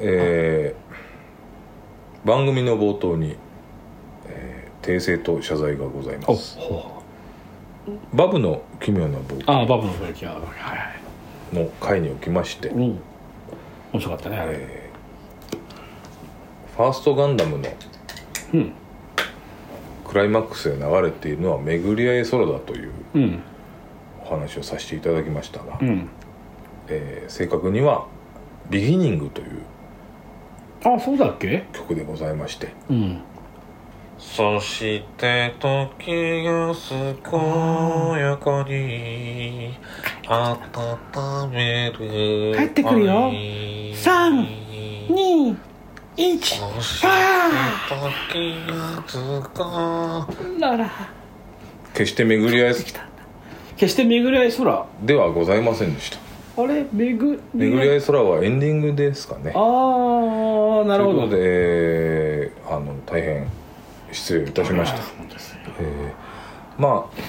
えー番組の冒頭に、えー訂正と謝罪がございますバブの奇妙な冒ああバブのブレーキははいはいの回におきまして、うん面白かったねあれ、えーファーストガンダムのうんクライマックスで流れているのは「巡り合い空だ」といううんお話をさせていただきましたが、うんえー正確には「ビギニング」というあそうだっけ曲でございましてうんそして時が健やかに温める帰ってくるよ三2そ1して時が健ララ決して巡り合い決して巡り合い空ではございませんでしたあれ巡巡り合いい空はエンディングですかねああなるほどということで、えーあの大変失礼いたしましたあーそうですよえーまあ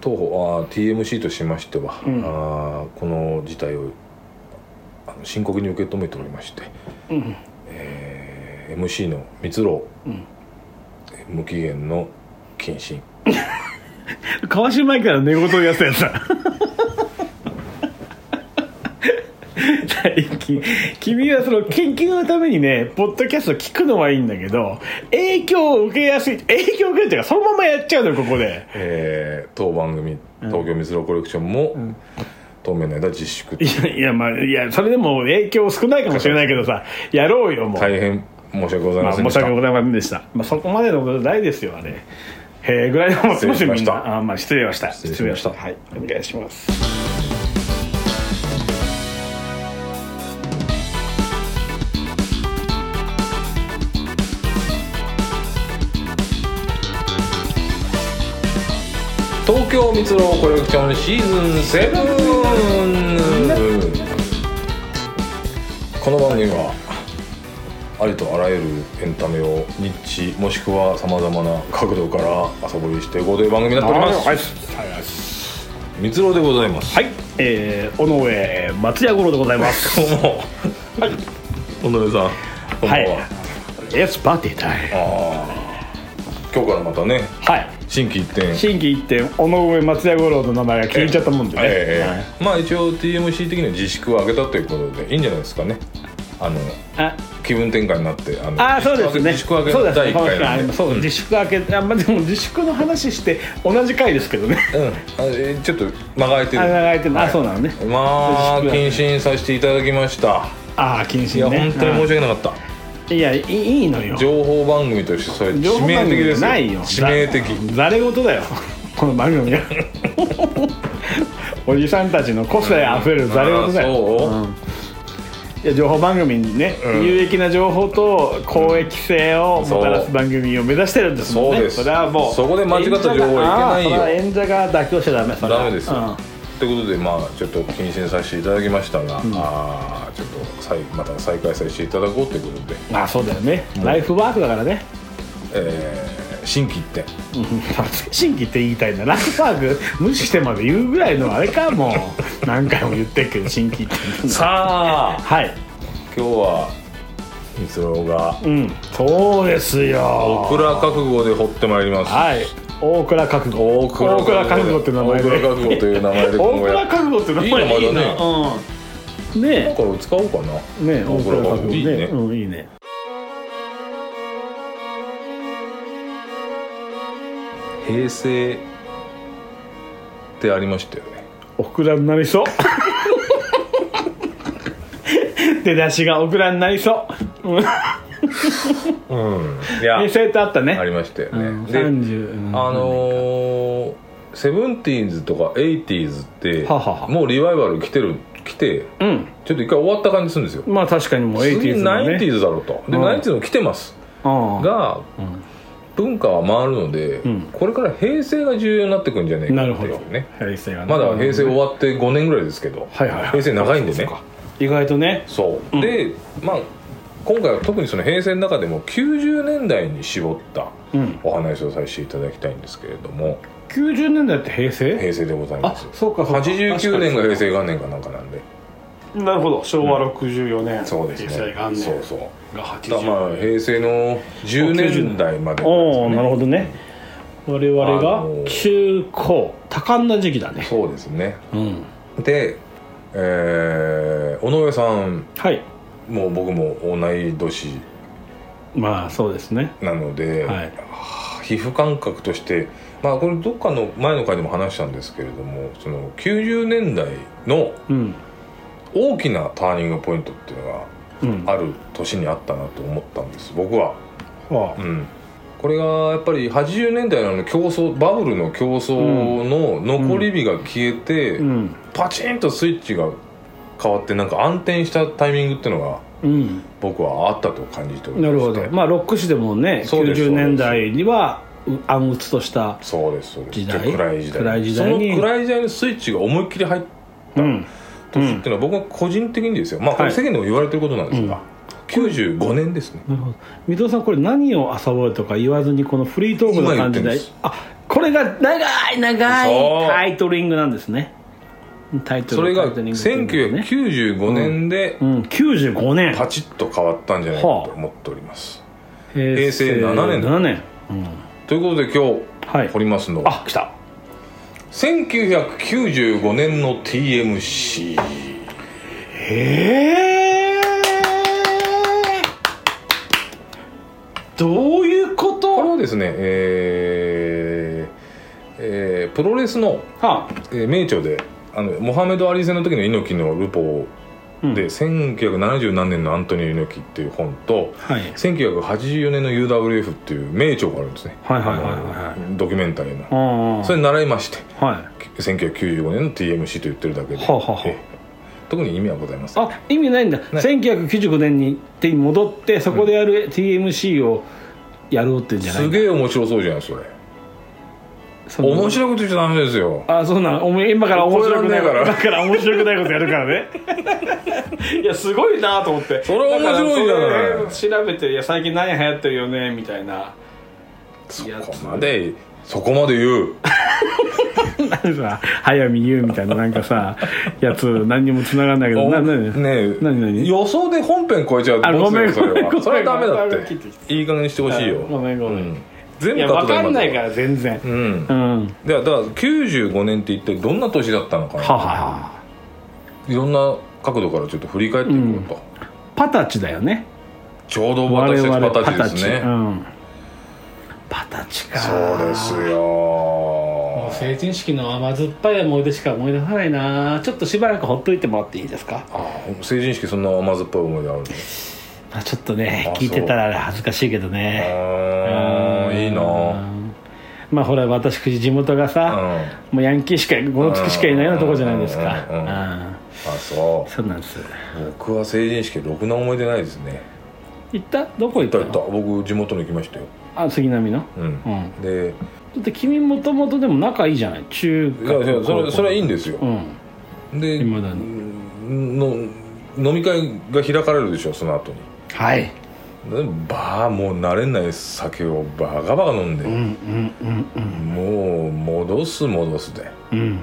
当方あー TMC としましては、うんあーこの事態をあの深刻に受け止めておりまして、うんえー MC の蜜郎、うんえー無期限の謹慎川島前から寝言を言わせ たやつだ最近君はその研究のためにねポッドキャスト聞くのはいいんだけど影響を受けやすい影響を受けるっていうかそのままやっちゃうのよここでえー当番組うん東京蜜郎コレクションも、ん当面の間自粛いやいやまあいやそれでも影響少ないかもしれないけどさやろうよもう、大変申し訳ございままあ、せんで申し、した訳ございませんでした、まあ、そこまでのことないですよあれへえぐらいの思ってます失礼しよましみんたなあーまあ失礼はした失礼しましたはいお願いします東京蜜ろコレクションシーズン7この番組はありとあらゆるエンタメをニッチもしくはさまざまな角度から遊ぼりしていこうという番組になっておりますはい蜜ろでございますはい、えー、尾上松屋五郎でございます。 どうも小野さんこんばんは、はい、エスパーティータイム。今日からまたねはい、新規一転新規一点、尾上松屋五郎の名前が消えちゃったもんでね。ええええまあ一応 TMC 的には自粛を上げたということでいいんじゃないですかねあのはい、気分転換になってあのあ、あーそうですね。自粛明けそうのです第ね。一回なんでそうう、ん自粛明け、あ、まあ、でも、自粛の話して、同じ回ですけ どね。うんあえちょっと間が空いてあ、る長いてる、あ、そうなのね。まあ自粛謹慎させていただきましたああ、謹いや慎本ね。当に申し訳なかったうんいや、いいいいのよ。情報番組としてそれ情致報番命的組ですよないよ致命的ざざれ事だよこの番 組はおじさんたちの個性あふれるざれ事だあよ、ーいや情報番組にね、うん有益な情報と公益性をもたらす番組を目指してるんですもんねそうですれはもうそこで間違った情報はいけないよああそれは演者が妥協しちゃダメそそうれはダメですうよんということでまあちょっと謹慎させていただきましたが、あーちょっと再また再開させていただこうということで、まあそうだよね、ライフワークだからねえー、新規一点うん新規って言いたいんだライフワーク無視してまで言うぐらいのあれかも う何回も言ってるけど新規ってさあはい今日は逸郎がうん、そうですよオクラ覚悟で掘ってまいりますはい大倉覚悟大倉大倉覚悟って名前で大倉覚悟という名前で今大後や倉覚悟って名前いいいい名な前うんねこれ使おうかなえねえ大大倉倉覚悟覚悟いいねねうんいいね平成ってありましたよねオクラになりそう 出だしがオクラになりそううんうんいや平成ってあったねありましたよね、うんで、 30うんあのーセブンティーンズとかエイティーズってはははもうリバイバル来てる来てうんちょっと一回終わった感じするんですよまあ確かにもう80次ズだナインティねーズだろうとでうんナインティーズも来てますうんが、ん文化は回るので、んこれから平成が重要になってくるんじゃないかなるってほいどうね平成がねまだ平成終わって5年ぐらいですけど、はいはいはい平成長いんでね意外とねそうでまあ今回は特にその平成の中でも90年代に絞ったうんお話をさせていただきたいんですけれども90年代って平成平成でございまあすそうかそうか89年が平成元年かなんかなんでなるほど昭和64年、そうですね平成元年そうそうが80だからまあ平成の10年代までおおですねなるほどね我々あのが中高多感な時期だねそうですねうんで、えー、尾上さんはいも僕も同い年まあそうですねなので、はい皮膚感覚としてまあこれどっかの前の回でも話したんですけれどもその90年代のうん大きなターニングポイントっていうのうんがある年にあったなと思ったんです僕は、はうん、これがやっぱり80年代のあの競争バブルの競争の残り火が消えて、うんパチンとスイッチが変わってなんか暗転したタイミングっていうのがうん僕はあったと感じておりましてなるほどまあロック史でもねそうです90年代にはう暗鬱としたそうですそうです時代暗い時代暗い時代にその暗い時代のスイッチが思いっきり入っうんた年っていうのは僕は個人的にですよまあこれはい世間でも言われてることなんですが、95年ですねなるほど水戸さんこれ何を遊ぼうとか言わずにこのフリートークの感じ今言っでてあこれが長い長そういタイトリングなんですねタイトルそれがタイトリングっていうんですね1995年でうん、95年パチッと変わったんじゃないかと思っております、平成7年7年、うん、ということで今はい日掘りますのは、あ来た1995年の TMC へえどういうここれとはですねえーえープロレスのはえー名著であのモハメド・アリ戦の時の猪木のルポうんで、1970何年のアントニオ猪木っていう本とはい1984年の UWF っていう名著があるんですねはいはいはいはいあのドキュメンタリーのああそれ習いましてはい1995年の TMC と言ってるだけで、はあはあはあええ特に意味はございませんあ意味ないんだ、1995年に手に戻ってそこでやる TMC をやろうってんじゃないすえげえ面白そうじゃんそれ面面白白いこと言っちゃダメですよあそうなんおめ今から面白くない怒られない今から面白くないことやるからね いやすごいなと思ってそれ面白いじゃないだからそれ調べていや最近何流行ってるよねみたいなそこまでそこまで言う何さ早見優みたいななんかさやつ何にも繋がんないけどな何ねえ何何予想で本編超えちゃうあどうするのごめんそれごめはんそれはダメだごめん切ってっきていい加減にしてほしいよごめんごめうんん全い部やわ分かんないから全然うんうんはではだから95年って一体どんな年だったのかあはなあはあいろんな角度からちょっと振り返っていこうと、パタチだよねちょうど私たち二十歳ですね、うん、パタチかそうですもうよ成人式の甘酸っぱい思い出しか思い出さないなちょっとしばらくほっといてもらっていいですか、あ成人式そんな甘酸っぱい思い出あるのまあ、ちょっとねあ聞いてたら恥ずかしいけどねあうーんいいなまあほら私地元がさ、うんもうヤンキーしかゴロつきしかいないようなとこじゃないですかうんうんうんうんあそそうなんですう僕は成人式ろくな思い出ないですね行ったど行こ行っったた行った僕地元に来ましたよ、あ杉並のううんんでだって君もともとでも仲いいじゃない中い学やいやそれそれはいいんだですよう、んで未だにの飲み会が開かれるでしょその後にはいでバーもう慣れない酒をバカバカ飲んで、うんうんうんもう戻す戻すでうんうん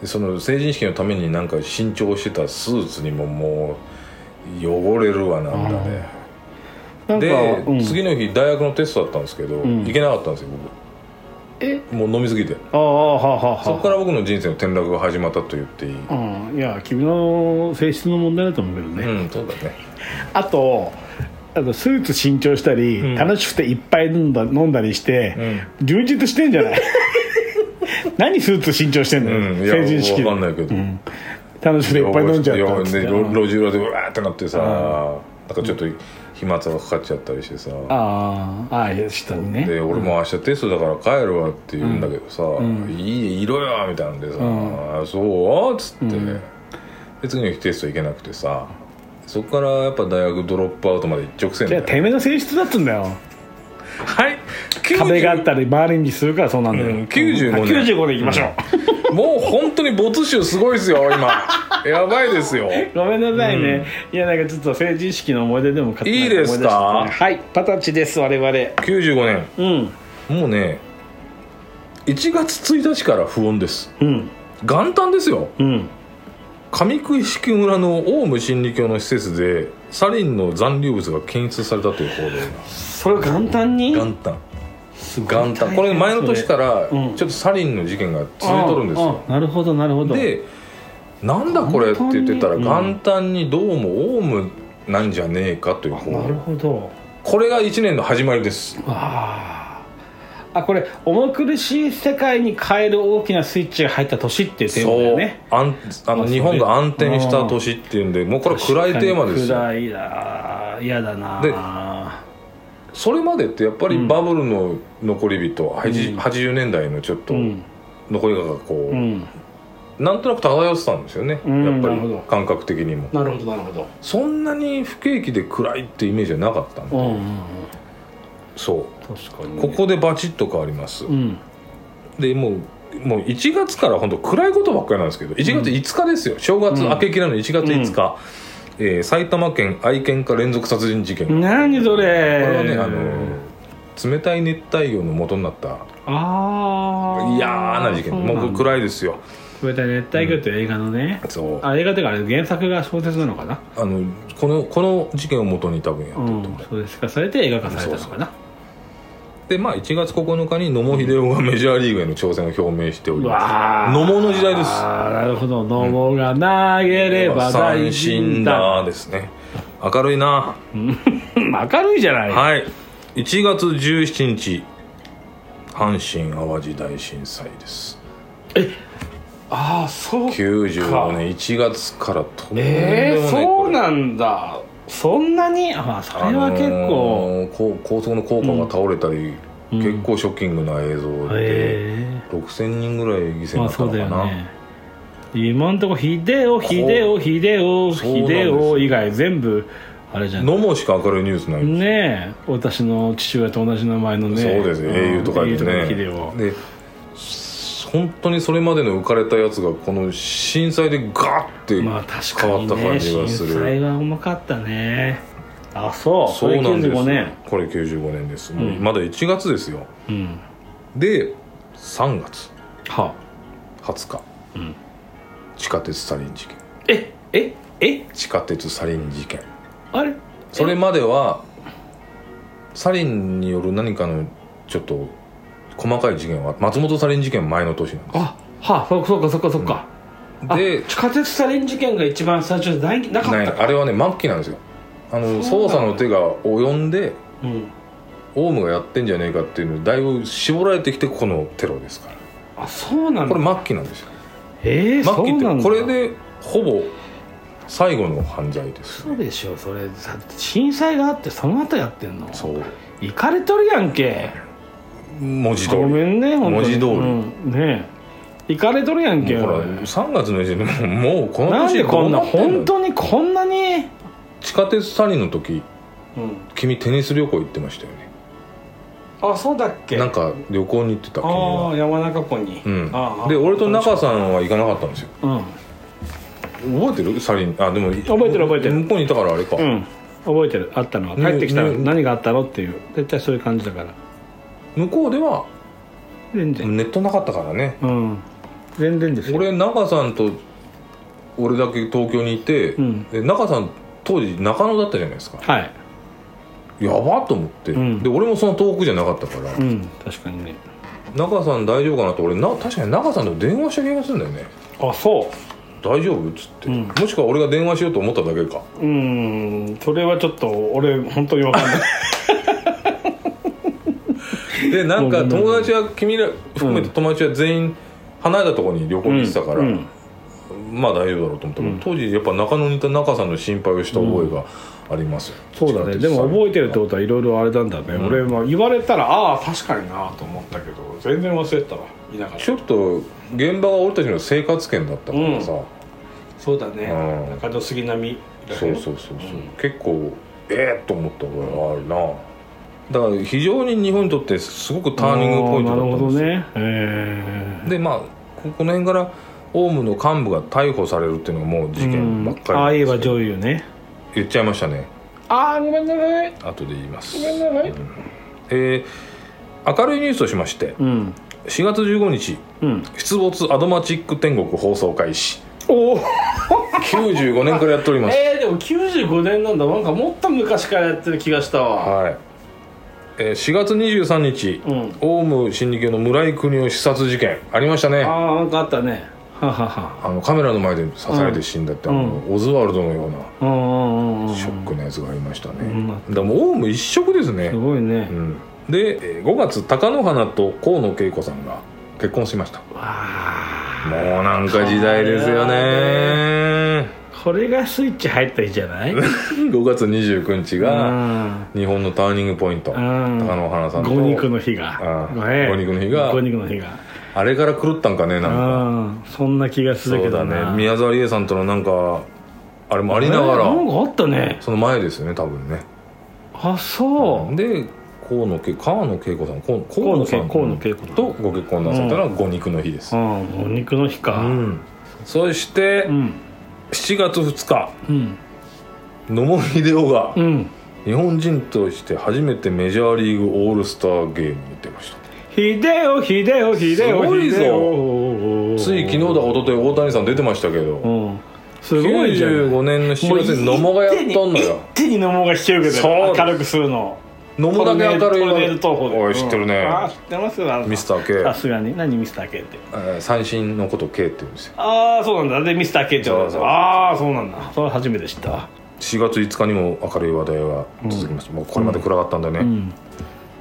でその成人式のためになんか新調してたスーツにももう汚れるわなんだね、なんかで、うん、次の日大学のテストだったんですけど、ん行けなかったんですよえ僕もう飲みすぎてああはあはあはあそこから僕の人生の転落が始まったと言っていいうんいや君の性質の問題だと思うけどね、うんそうだねあとあとスーツ新調したり、ん楽しくていっぱい飲んだ飲んだりして、充実してんじゃ ない何スーツ新調してんの、うんいや成人式でわかんないけど、うん楽しくていっぱい飲んじゃったっつってで路路地裏でうわーってなってさ、なんかちょっと飛沫がかかっちゃったりしてさ、ああああ下にねで俺も明日テストだから帰るわって言うんだけどさ「いい色や」みたいなんでさ「んあそう?」っつって、で次の日テスト行けなくてさそこからやっぱ大学ドロップアウトまで一直線じだゃあよてめえの性質だっつうんだよはい壁があっ90たり周りにするからそうなんだよ、うん95年あ95でいきましょう、もう本当に没収すごいですよ 今やばいですよごめんなさいね、いやなんかちょっと成人式の思い出でも勝手ないいですか思い出しちゃったねはいパタチです我々95うん年もうね1月1日から不穏ですうん元旦ですようん上杭式村のオウム真理教の施設でサリンの残留物が検出されたという報道それ元旦にが元旦すごい元旦これ前の年からちうょんっとサリンの事件が続いとるんですよああなるほどなるほどでなんだこれって言ってたら元旦にう元旦にんどうもオウムなんじゃねえかというあ報なる道ほどこれが1年の始まりですあーあこれ重苦しい世界に変える大きなスイッチが入った年っていうテーマだよねそうあんああのそう日本が暗転した年っていうんでもうこれ暗いテーマですよ暗いな嫌だなでそれまでってやっぱりバブルの残り人、80 80年代のちょっとうん残りがこう、うんなんとなく漂ってたんですよね、うんやっぱなるほどり感覚的にもなるほどなるほどそんなに不景気で暗いってイメージはなかったの、うんうんうんそ確かにうねここでバチッと変わります、うんでもうもう1月から本当暗いことばっかりなんですけど1月5日ですよ、正月明けきらの1月5日、えー埼玉県愛犬家連続殺人事件、何そこれれはね、あの冷たい熱帯魚の元になったああいやーな事件もうこれれ暗いですよ熱帯魚って映画のね、そうああ映画っていうかあれ原作が小説なのかなのこのこの事件をもとに多分やってうると思う、ん小説化されて映画化されたのかなでまあ1月9日に野茂英雄がメジャーリーグへの挑戦を表明しておりまわあ野茂の時代ですあーなるほど野茂が投げすれば三振大臣だ、だですね明るいな明るいじゃない、はい1月17日阪神・淡路大震災ですああそう95年1月からとんでもないえー、そうこれなんだそんなにあまあそれは結あ構、のーこう高速の高架が倒れたり、うん結構ショッキングな映像で、え6000人ぐらい犠牲にえまなあったそのうかだな、よね今んとこ秀夫秀夫秀夫そうなんです秀夫以外全部あれじゃない野茂しか明るいニュースない、ねえ私の父親と同じ名前のねそうですね英雄とか言って英ね雄とか秀で本当にそれまでの浮かれたやつがこの震災でガーって夫変まわあった確かに感ねじが震する、災は重かったねあそうそうなんですこれ95年これ95年です、もううんまだ1月ですようんで3月は20日、うん地下鉄サリン事件えええ地下鉄サリン事件あれそれまではサリンによる何かのちょっと細かい事件は松本サリン事件前の年なんであはあそうかそうかそうかそうか、あすで地下鉄サリン事件が一番最初じゃないなかなっいたあれはね末期なんですよあの捜そうなんだ査の手が及んでうん、オウムがやってんじゃねえかっていうのだいぶ絞られてきてこのテロですからあそうなんだこれ末期なんですよえー、末そう期っなんてだこれでほぼ最後の犯罪ですそうでしょそれさ震災があってその後やってんのそう行かれとるやんけ文字通りごめんね本当に文字通りうん、ねえ行かれとるやんけもうほら俺3月の時点でもうもうこのなん年でこんなどうっての本当にこんなに、地下鉄サリンの時君テニス旅行行ってましたよねあそうだっけなんか旅行に行ってた君あはあ山中湖に、うんああで俺と中さんは行かなかったんですようん、覚えてるサリンあでも覚えてる覚えてる向こうにいたからあれか、うん、覚えてるあったのは帰ってきたらねね何があったのっていう絶対そういう感じだから向こうでは全然ネットなかったからねうん全然ですよ俺中さんと俺だけ東京にいて、うんで中さん当時中野だったじゃないですかはいやばっと思って、うんで俺もその遠くじゃなかったから、うん確かにね中さん大丈夫かなと俺な確かに中さんと電話した気がするんだよねあそ大丈夫っつって、うんもしくは俺が電話しようと思っただけかううんそれはちょっと俺本当に分かんな いでなんうかん友達は君ら含めて友達は全員離れたところに旅行に行ってたから、うんまあ大丈夫だろうと思ったけど、うん当時やっぱ中野にいた中さんの心配をした覚えがありますよ、そうだねでも覚えてるってことはいろいろあれなんだね、ん俺も言われたらああ確かになと思ったけど全然忘れてたわいなかっちょっと現場が俺たちの生活圏だったからさ、そうだねうん中戸杉並だねそうそうそうそう、うん結構ええと思った覚えがあるなだから非常に日本にとってすごくターニングポイントだったんですよあーなるほどねえでまあここの辺からオウムの幹部が逮捕されるっていうのがもう事件ばっあかあいりえなんばですけど女優ね言っちゃいましたねああごめんなさい後で言います、ごめんなさいえー明るいニュースとしましてうん4月15日うん出没アドマチック天国放送開始おおお95年からやっており ますえー、でも95年なんだなんかもっと昔からやってる気がしたわはい、えー4月23日、うんオウム真理教の村井邦夫刺殺事件ありましたねあああなんかあったねはははのカメラの前で刺されて死んだって、あのオズワルドのようなうんうんうんうんショックなやつがありましたね、んだからもうオウム一色ですねすごいねう、んでえー5月貴乃花と河野恵子さんが結婚しましたわあもうなんか時代ですよねこれがスイッチ入った日じゃないう5月29日がん日本のターニングポイント貴ん乃花さんと五肉の日がうんね五肉の日が五肉の日があれから狂ったんかねなんかうんそんな気がするそけうどだなね宮沢りえさんとのなんかあれもありなえがら、ーなんかあったねその前ですよね多分ねあそうで河野恵川野恵子さん河河野河野さ恵ん河野恵子とご結婚なさったのは五肉の日ですう、ん五肉の日かうんそして、うん7月2日うん野茂英雄がうん日本人として初めてメジャーリーグオールスターゲームに出ましたひでよひでよひでよすごいぞひでよつい昨日だか一昨日大谷さん出てましたけどうんすごいじゃん95年の7月に野茂がやったんのよ手に飲もうが引けるけそうど明るくするの野茂だけ明るいトルネード投法でおい知ってるね、あ知ってますよあなたミスター K さすがに何ミスター K ってえー三振のことを K って言うんですよああそうなんだでミスター K ってことそうそうそうああそうなんだそれ初めて知ったわ4月5日にも明るい話題が続きます、もうこれまで暗かったんだよね、ん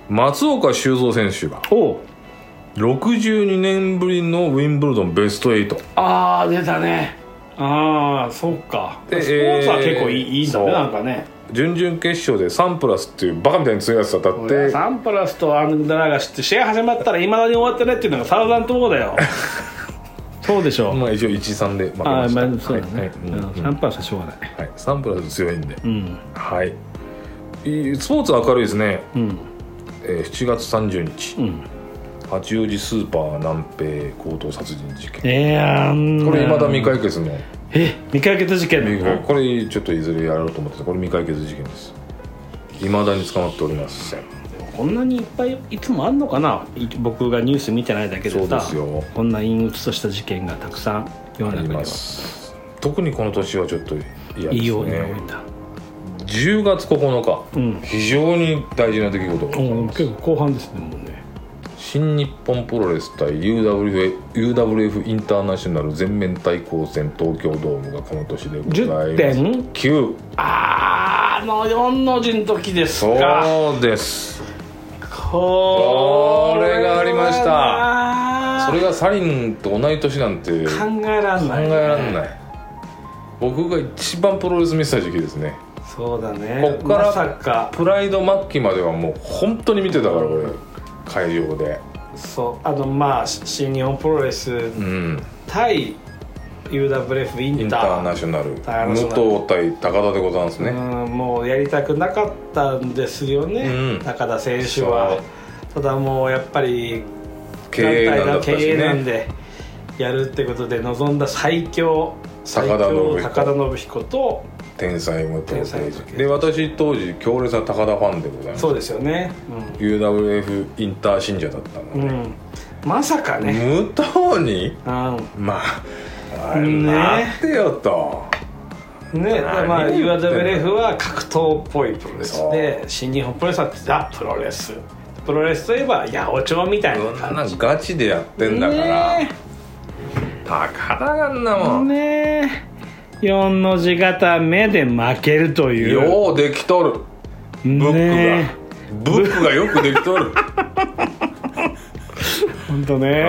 松岡修造選手がおう62年ぶりのウィンブルドンベスト8ああ出たねああそっかスポでーツは結構いい,、えーいいんだそうねなんかね準々決勝でサンプラスっていうバカみたいに強いやつと当たってサンプラスとアンダラガシって試合始まったらいまだに終わってないっていうのがサウザント ーだよそうでしょうまあ一応1-3で負けあまあしたまあそうだね、はいうんうんサンプラスはしょうがないはいサンプラス強いんで、うんはいいいスポーツは明るいですね、うんえー7月30日、ん八王子スーパー南平強盗殺人事件いやーこれいまだ未解決のえ未解決事件えーこれちょっといずれやろうと思っててこれ未解決事件ですいまだに捕まっておりませんこんなにいっぱいいつもあんのかない僕がニュース見てないだけそでうでさすよこんな陰鬱とした事件がたくさん世のあ中りにはます特にこの年はちょっと嫌いでいよすうに多いねんだ、 10月9日、ん非常に大事な出来事が起こりうん、ます結構後半ですねもうね新日本プロレス対 UWF, UWF インターナショナル全面対抗戦東京ドームがこの年でございます10.9 9あーあの4の字の時ですかそうですここれがありましたたそそれれがサリンと同い年なんて考えらん考ない、えられない僕が一番プロレス見てた時期ですねそうだねこっからまさかプライド末期まではもう本当に見てたから俺会場でそうあのまあし新日本プロレスうん対 UWF イインンタターーナショナルターナショナル武藤対高田でございますね、うんもうやりたくなかったんですよね、うん高田選手はただもうやっぱり経営なんだ団った体が経し営なんねでやるってことで望んだ最強最高田信強彦高田信彦と天才武藤天才武藤で私当時強烈な高田ファンでございますそうですよね UWF インター信者だったうのん、で、うん、まさかね、武藤にうんまあ、ね待ってよとねまあ何言ってんの UWF は格闘っぽいプロレスそうで新日本プロレスはザ・プロレスプロレスといえば八百長みたいなそん感なじガチでやってんだから、ね高田がんなもん、ねえ4の字型目で負けるというようできとるブックが、ねブックがよくできと る、えほんとね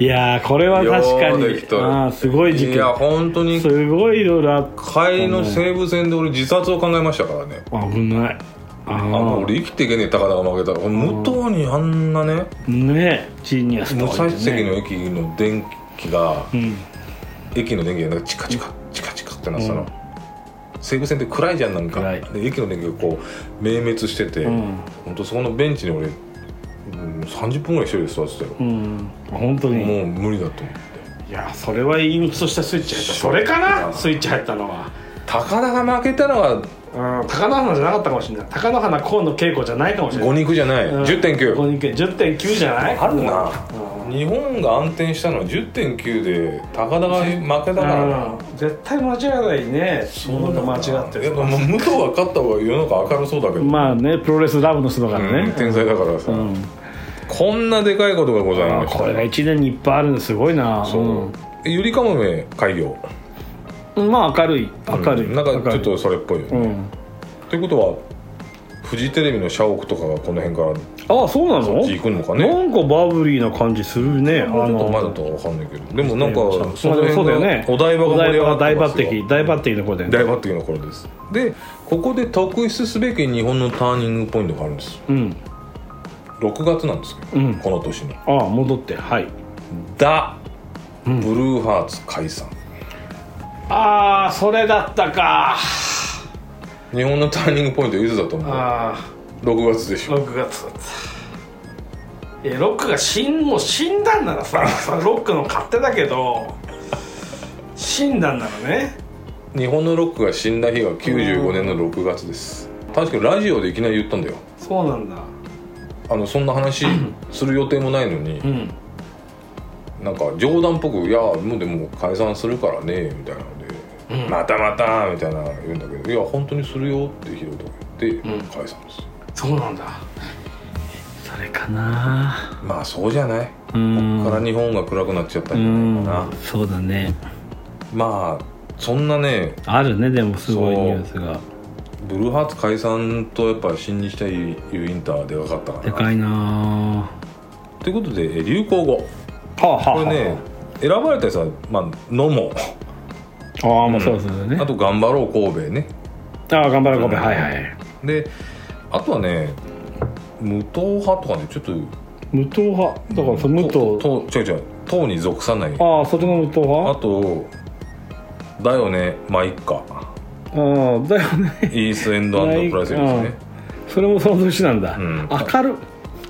ういやーこれは確かようでにきとるあーすごい事ん、いや件本当にすごいいろいろあっ帰りの西武線で俺自殺を考えましたからね危ないあもうあ俺生きていけねえ高田が負けたらこれ武藤にあんなねあねえチーニアス武とか蔵言って関ねの駅の電気が、うん駅の電気がなんかチカチカチカチカってなってたの、西武線って暗いじゃんなんか暗いで駅の電気がこう明滅してて、んほんとそこのベンチに俺、うん、30分ぐらい一人で座ってたよ、うん本当にもう無理だと思っていやそれは陰鬱としたスイッチ入ったそれかなスイッチ入ったのは高田が負けたのはうん高野花じゃなかったかもしれない高野花河野恵子じゃないかもしれない5肉じゃない、うん10.9 5人9 10.9じゃないあるなうん日本が暗転したのは10.9で高田が負けたからなうん絶対間違いないねものが間違ってやるっぱもう武藤が勝った方が世の中明るそうだけど、まあねプロレスラブの人だからうんね、天才だからさ、うんこんなでかいことがございましたこれが1年にいっぱいあるのすごいなそう、ゆりかもめ開業うんまあ明るい明るい、うんなんかちょっ明るいとそれっぽいよね、うんということはフジテレビの社屋とかがこの辺からああそうなそのっち行くのかねなんかバブリーな感じするねあちょっとまだのとは分かんないけどでもなんかまあそのでもそうだよ辺ねがお台場が盛り上がって大抜ますよ擢大抜擢のことだよね大抜擢の頃ですでここで特筆すべき日本のターニングポイントがあるんですうん6月なんですけど、うんこの年のああ戻ってはい「ダ・ブルーハーツ解散」ああそれだったか日本のターニングポイントいつだと思うあ6月でしあょ6月だったいやロックが死んもう死んだんならさ それロックの勝手だけど死んだんならね日本のロックが死んだ日が95年の6月です確かラジオでいきなり言ったんだよそうなんだあのそんな話する予定もないのに、うんなんか冗談っぽく「いやもうでも解散するからね」みたいなのでうん「またまた」みたいなの言うんだけど「いや本当にするよ」ってヒロトが言ってうん解散です、そうなんだそれかなまあそうじゃないこうっから日本が暗くなっちゃったんじゃないかなそうだねまあそんなねあるねでもすごいニュースがブルーハーツ解散とやっぱ新日対ユーインターでかかったかなかいなということでえ流行語あはあはあこれね選ばれたやつは「まあ、の もああまあそうそうだ」ねあと「頑張ろう神戸ね」ああ頑張れ頑張れうんはいはいであとはね無党派とかねちょっと無党派だからその無党党党違う違う党に属さないあああそっちが無党派とだよねまあいっ かああだよね イースエンドプライスですねそれもその年なんだ、うん明る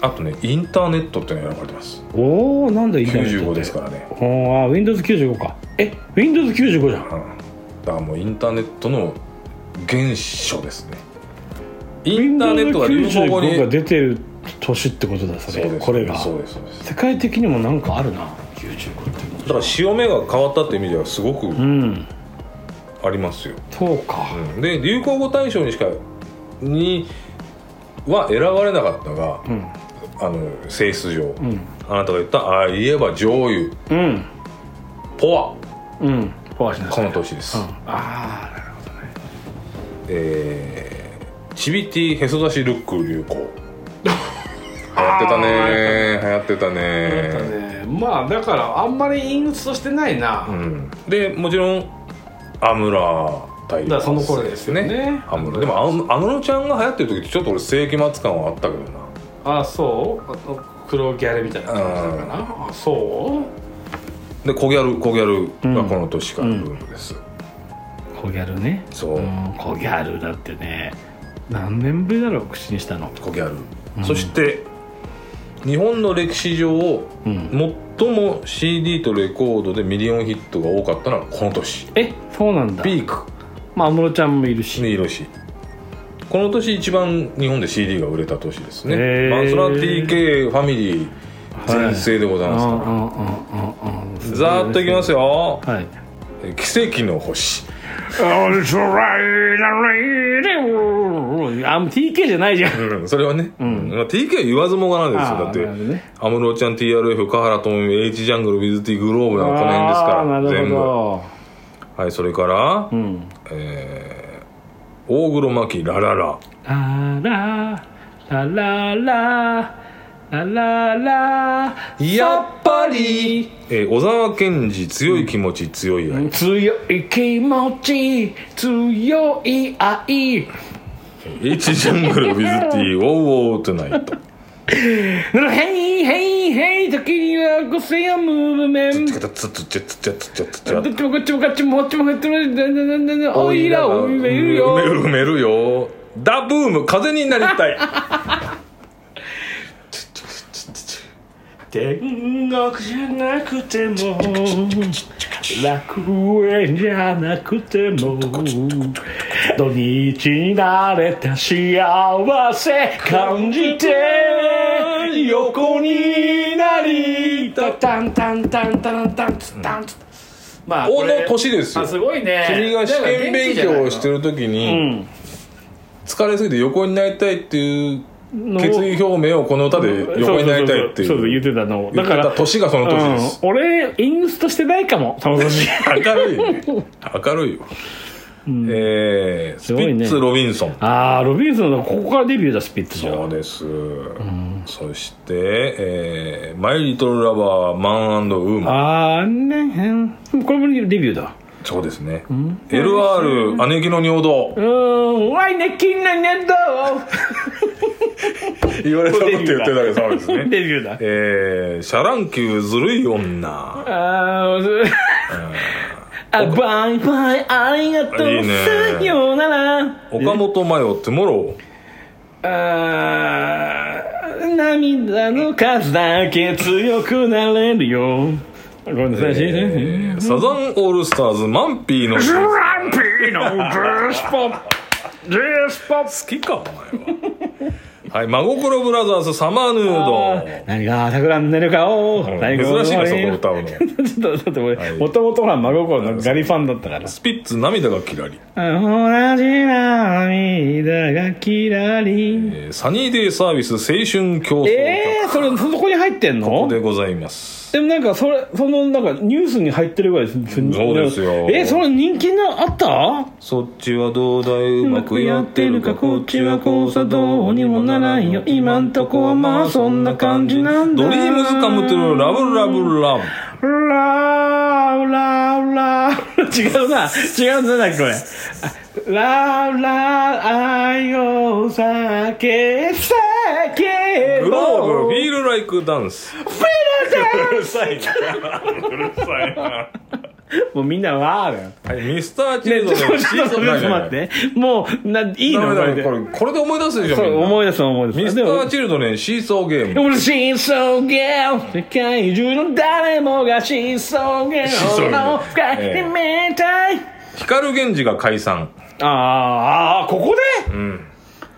あとねインターネットっていうのが選ばれてますおおなんだいいじゃん95ですからね、おーあ Windows95 かえ Windows95 じゃんうん、だからもうインターネットの原初ですねインターネットが流行語に Windows95 が出てる年ってことだそそうれですこれがそうですそうです世界的にもなんかあるな95っだてから潮目が変わったって意味ではすごくうんありますよそうかうんで流行語大賞にしかには選ばれなかったがうんあの性質上、うんあなたが言ったああ言えば醤油うんポワうんフォアしなこさいの年です、うんああなるほどねえーチビティへそ出しルック流行流行ってたねー流行ってたねえーっとねまあだからあんまり陰鬱としてないな、うん、でもちろんアムラ大だからその頃ですよねアムラでもアムアムロちゃんが流行ってる時ってちょっと俺世紀末感はあったけどなあそうあの黒ギャルみたいな感じだからあそで小ギャル小ギャルがこの年からブームです、小ギャルねそううん小ギャルだってね何年ぶりだろう口にしたの小ギャル、うんそして日本の歴史上うん最も CD とレコードでミリオンヒットが多かったのはこの年えそうなんだピークまあ安室ちゃんもいるしに色しこの年一番日本で CD が売れた年ですね、へーまあ、それは TK ファミリー全盛でございますから、ざーっといきますよ。よはい。 「奇跡の星あ、もう TK じゃないじゃん。」それはね、んまあ TK は言わずもがなんですよだってて。安室ちゃん TRF 香原朋美 H ジャングル WizT グローブなのこの辺ですかあーならる全部ほはいそれから、ど。うん。えー大黒摩季ラララあら、ラララ、ラララ。やっぱり、えー小沢健二強い気持ち、強い愛、強い気持ち、強い愛。 H ジャングル WizT ウォーウォートナイトヘイヘイヘイ、時にはごせやムーブメンつっちゃつっちゃつっちゃつっちゃつっちゃどっちもこっちもこっちもこっちもこっちもだんだんだんだんだんおいらを埋める埋めよる埋めるよダブーム風になりたいう天国じゃなくても楽園じゃなくても土日に慣れた幸せ感じて横になりタンタンタンタンタンツッタンツッまあおこれの年ですよあすごいね君が試験勉強をしてる時うにん疲れすぎて横になりたいっていう決意表明をこの歌で横になりたいってそうそうそうそうい言うってたのだ言ってたから年がその年ですうん、俺インストしてないかも その年明るいよね明るいよえースピすごいねッツ・ロビンソンああロビンソンのここからデビューだスピッツじゃそうです、そして、えーマイ・リトル・ラバー・マンウーマンああねうんこれもデビューだそうですね、LR 姉貴の尿道うーんワイネキンナ ネッド言われたこと言ってるだけそうですねデビューだえー、シャランキューずるい女あーあバイバイありがとういいねさようなら岡本麻代トゥモロあー涙の数だけ強くなれるよごめんなさい、ー、えー、サザンオールスターズマンピーのトランピーのデスポデスポ好きかお前ははい真心ブラザーズサマーヌー何が桜になるかをド、うん何が珍しいねそこ歌うのちょっとだって俺いもともとほら真心のガリファンだったからスピッツ涙がキラリ、同じ涙がきらりえーサニーデイサービス青春競争曲、えー、それそこに入ってんのでございますでもなんかそれそのなんかニュースに入ってるぐらいですそうですよえそれ人気のあったそっちはどうだいうまくやってるかこっちはこうさどうにもならんよ今んとこはまあそんな感じなんだドリームズカムトゥルーラブラブラブラーラーラ ー違うな違うななんかこれあラーラー愛を叫け叫けグローブフィールライクダンスうるさいなうるさいなもうみんなわーだよはいミスターチねルちょっドとちレンょっとちょっと待ってもうないいダメのこれだねでこれこれで思い出すでしょそうみんな思い出す思い出すミスタでもーチルドレンシーソーゲーム俺真相ゲーム世界中の誰もが真相ゲームの深いめたい、光源氏が解散あーあーここで、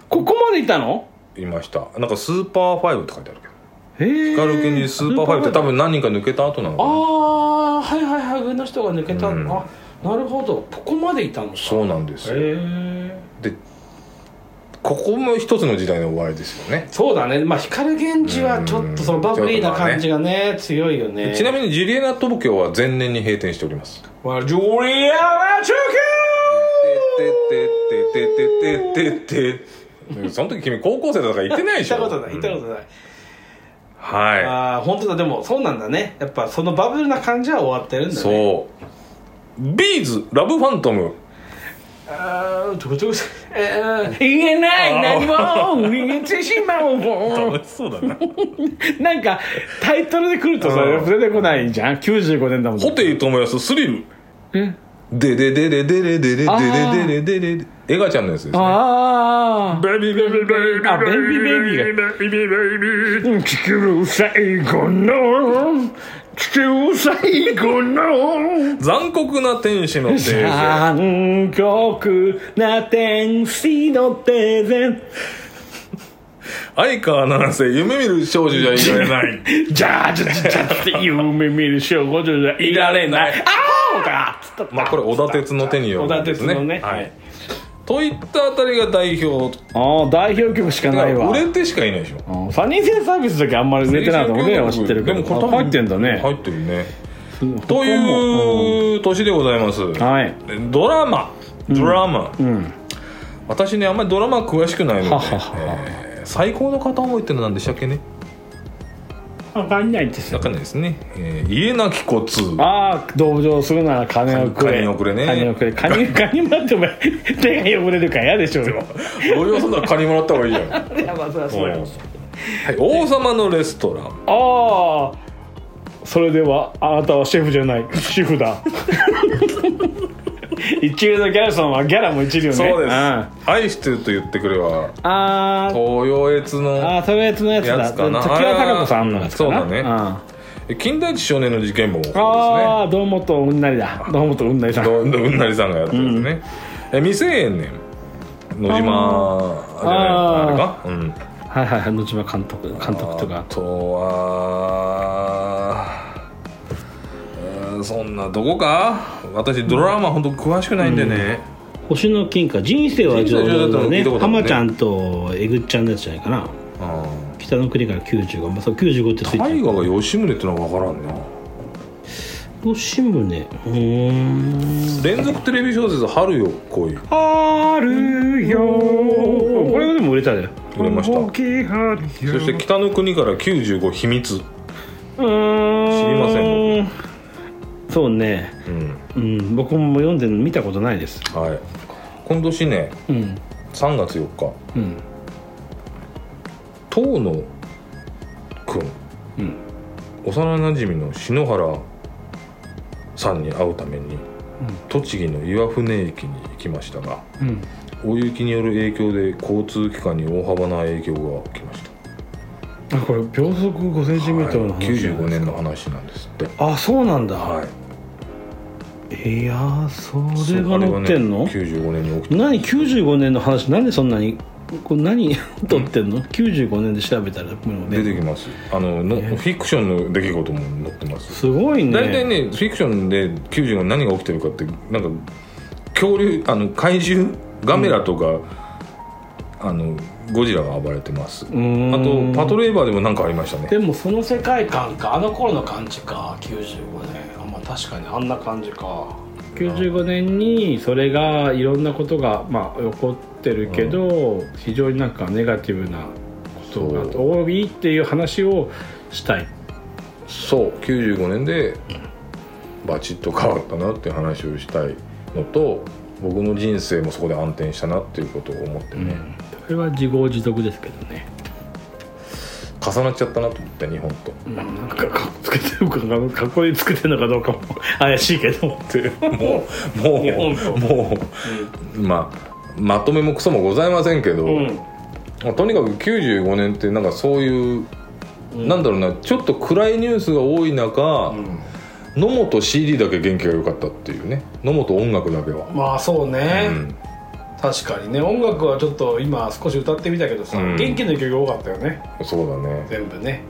ここまでいたのいましたなんかスーパーファイブって書いてあるけどへえ光源氏スーパーファイブって多分何人か抜けた後なのかあなあはいはいはい上の人が抜けた、あなるほどここまでいたのかそうなんですよへえでここも一つの時代の終わりですよね、そうだねまあ光源氏はちょっとそのバブリーな感じがね強いよねちなみにジュリエナ東京は前年に閉店しておりますまあジョリアナ中ててててててててその時君高校生だから行ってない継で行っしょたことない行ったことない、はああ本当だでもそうなんだねやっぱそのバブルな感じは終わってるんだいねそうビーズラブファントムああどこどこえー、言えない何も言ってしまうも ん楽しそうだななんかタイトルで来るとさうん出てこないじゃん95年だもんホテイトモヤススリルえでででででででででででででエガちゃんのやつですね ああベビーベビーベビーあベイビーベイビーベビーベビー地球最後の地球最後の残酷な天使の聖像残酷な天使の手で相川七瀬夢見る少女じゃいられないジャージャジャジャって夢見る少女じゃ いられないあおかっつった まあこれ小田鉄の手によるんですね小田鉄のねはい、といったあたりが代表ああ代表曲しかないわ売れてしかいないでしょうんサニーデイサービスだけあんまり売れてないと思うね知ってるけどでもこれ多分入ってんだね入ってるねうんという年でございますはいドラマドラマ、うん私ねあんまりドラマ詳しくないのではははえー最高の片思いってのは何でしたっけね分かんないですわかんないですね、えー家なき骨ああ同情するなら金をくれ金をくれね金をくれカニカニもらっても手が汚れるから嫌でしょうよ同様するなら借りもらった方がいいやん はいいやまあそりゃそうよ王様のレストランああそれではあなたはシェフじゃない主婦だ 一流のギャラさんはギャラも一流ねそうです、あ愛してると言ってくれはあー東洋越のあーそれやつのやつだやつかな常盤貴子さんのやつかなそうだねあえ近代一少年の事件簿もそうあー堂本うんなりだ堂本うんなりさんですねどうんなりさんがやってるんですね、え未成年野島じゃないああーれか、うん、はいはいはい野島監督監督とあかとはうんそんなどこか私ドラマ本当詳しくないんでね、星の金貨人生は上人生は上等等だだ聞ねいたことあるね浜ちゃんとえぐっちゃんのやつじゃないかなうん北の国から95、まあ、そう95ってついてる大河が吉宗ってのは分からんな吉宗うーん連続テレビ小説「春よ来い」あるよこれはでも売れただよ売れました大きい春よそして北の国から95秘密、うーん知りませそうねうんうん僕も読んでるの見たことないですはい、今年ねうん3月4日うん遠野くん、うん幼なじみの篠原さんに会うために、栃木の岩船駅に行きましたがうん大雪による影響で交通機関に大幅な影響が起きましたあこれ秒速 5cm のは話い95年の話なんですってあそうなんだ、はいい、やーそそれうがあれは載ねってんの、 95年に起き何95年の話なんでそんなにこれ何 撮ってんの、95年で調べたらもう出ねてきますあののフィクションの出来事も載ってますすごいね大体ねフィクションで90の何が起きてるかってなんか恐竜あの怪獣ガメラとか、あのゴジラが暴れてますあうーとんパトレーバーでも何かありましたねでもその世界観かあの頃の感じか95年あまあ確かにあんな感じか95年にそれがいろんなことが、まあ、起こってるけど、非常になんかネガティブなことがそ多いっていう話をしたいそう95年でバチッと変わったなっていう話をしたいのと僕の人生もそこで暗転したなっていうことを思ってね、それは自業自得ですけどね、重なっちゃったなと思って日本となんかかっこつけてるかなかっこいいつけてるのかどうかも怪しいけどもうも日本うともう、まあまとめもクソもございませんけど、うんまあとにかく95年ってなんかそういう、なんだろうなちょっと暗いニュースが多い中、野本 CD だけ元気が良かったっていうね野本音楽だけは、まあそうね、うん確かにね音楽はちょっと今少し歌ってみたけどさ、うん元気の曲が多かったよねそうだね全部ね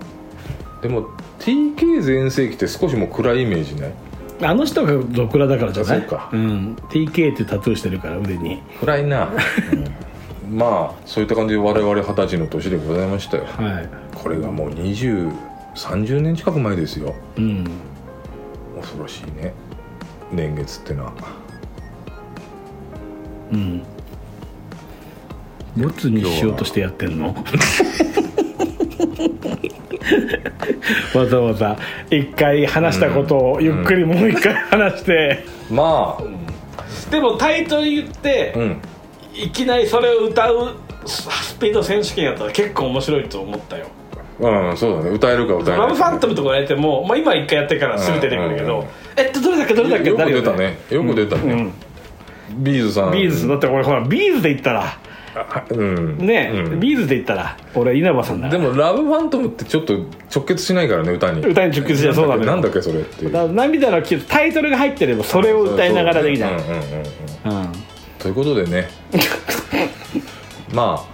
でも TK 全盛期って少しもう暗いイメージないあの人がドクラだからじゃないあそうかん、TK ってタトゥーしてるから腕に暗いな、うんまあそういった感じで我々二十歳の年でございましたよはいこれがもう2030年近く前ですようん恐ろしいね年月ってのはうんボツにしようとしてやってんのわざわざ一回話したことをゆっくりもう一回話して、まあでもタイトル言って、うんいきなりそれを歌うスピード選手権やったら結構面白いと思ったようん、そうだね歌えるか歌えないラかブファントムとかやっても、まあ、今一回やってからすぐ出てくるけど、うんうんうんえっとどれだっけどれだっけよなくるよ出たねよく出たうね、んビーズさんビーズだって俺ほらビーズで言ったらうんね、うんビーズで言ったら俺は稲葉さんだでもラブファントムってちょっと直結しないからね歌に歌に直結しないそうなのよなんだっけそれっていうだから涙のキスタイトルが入ってればそれを歌いながらできたうんうんうんうんうんということでね まあ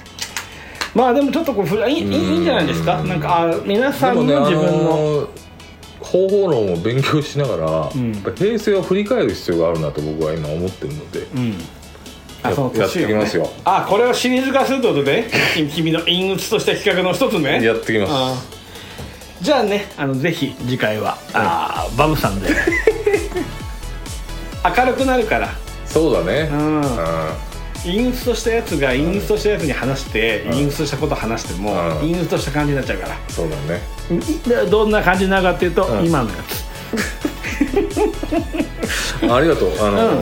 まあでもちょっとこうふいいいいんじゃないですかなんかあ皆さでもんねのあ自分のの方法論を勉強しながら、やっぱ平成を振り返る必要があるなと僕は今思ってるので、うんあそのやって年きをまねすよあこれをシリーズ化するってことで 君君の陰鬱とした企画の一つねやってきますあじゃあねあのぜひ次回はあーバムさ んで明るくなるからそうだねうんうん陰鬱としたやつが陰鬱としたやつに話して陰鬱としたこと話してもうん陰鬱とした感じになっちゃうからそうだねいどんな感じになるかっていうと、うん今のやつありがとうあの、うん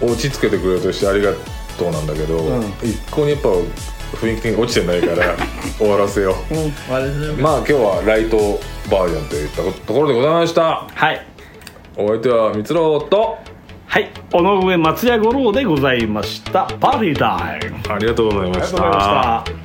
落ち着けてくれるとしてありがとうなんだけど、うん一向にやっぱ雰囲気的に落ちてないから 終わらせようまあ今日はライトバージョンといったところでございましたはいお相手はみつろうとはい尾上松也五郎でございましたパーティータイムありがとうございまりがとうございましたあー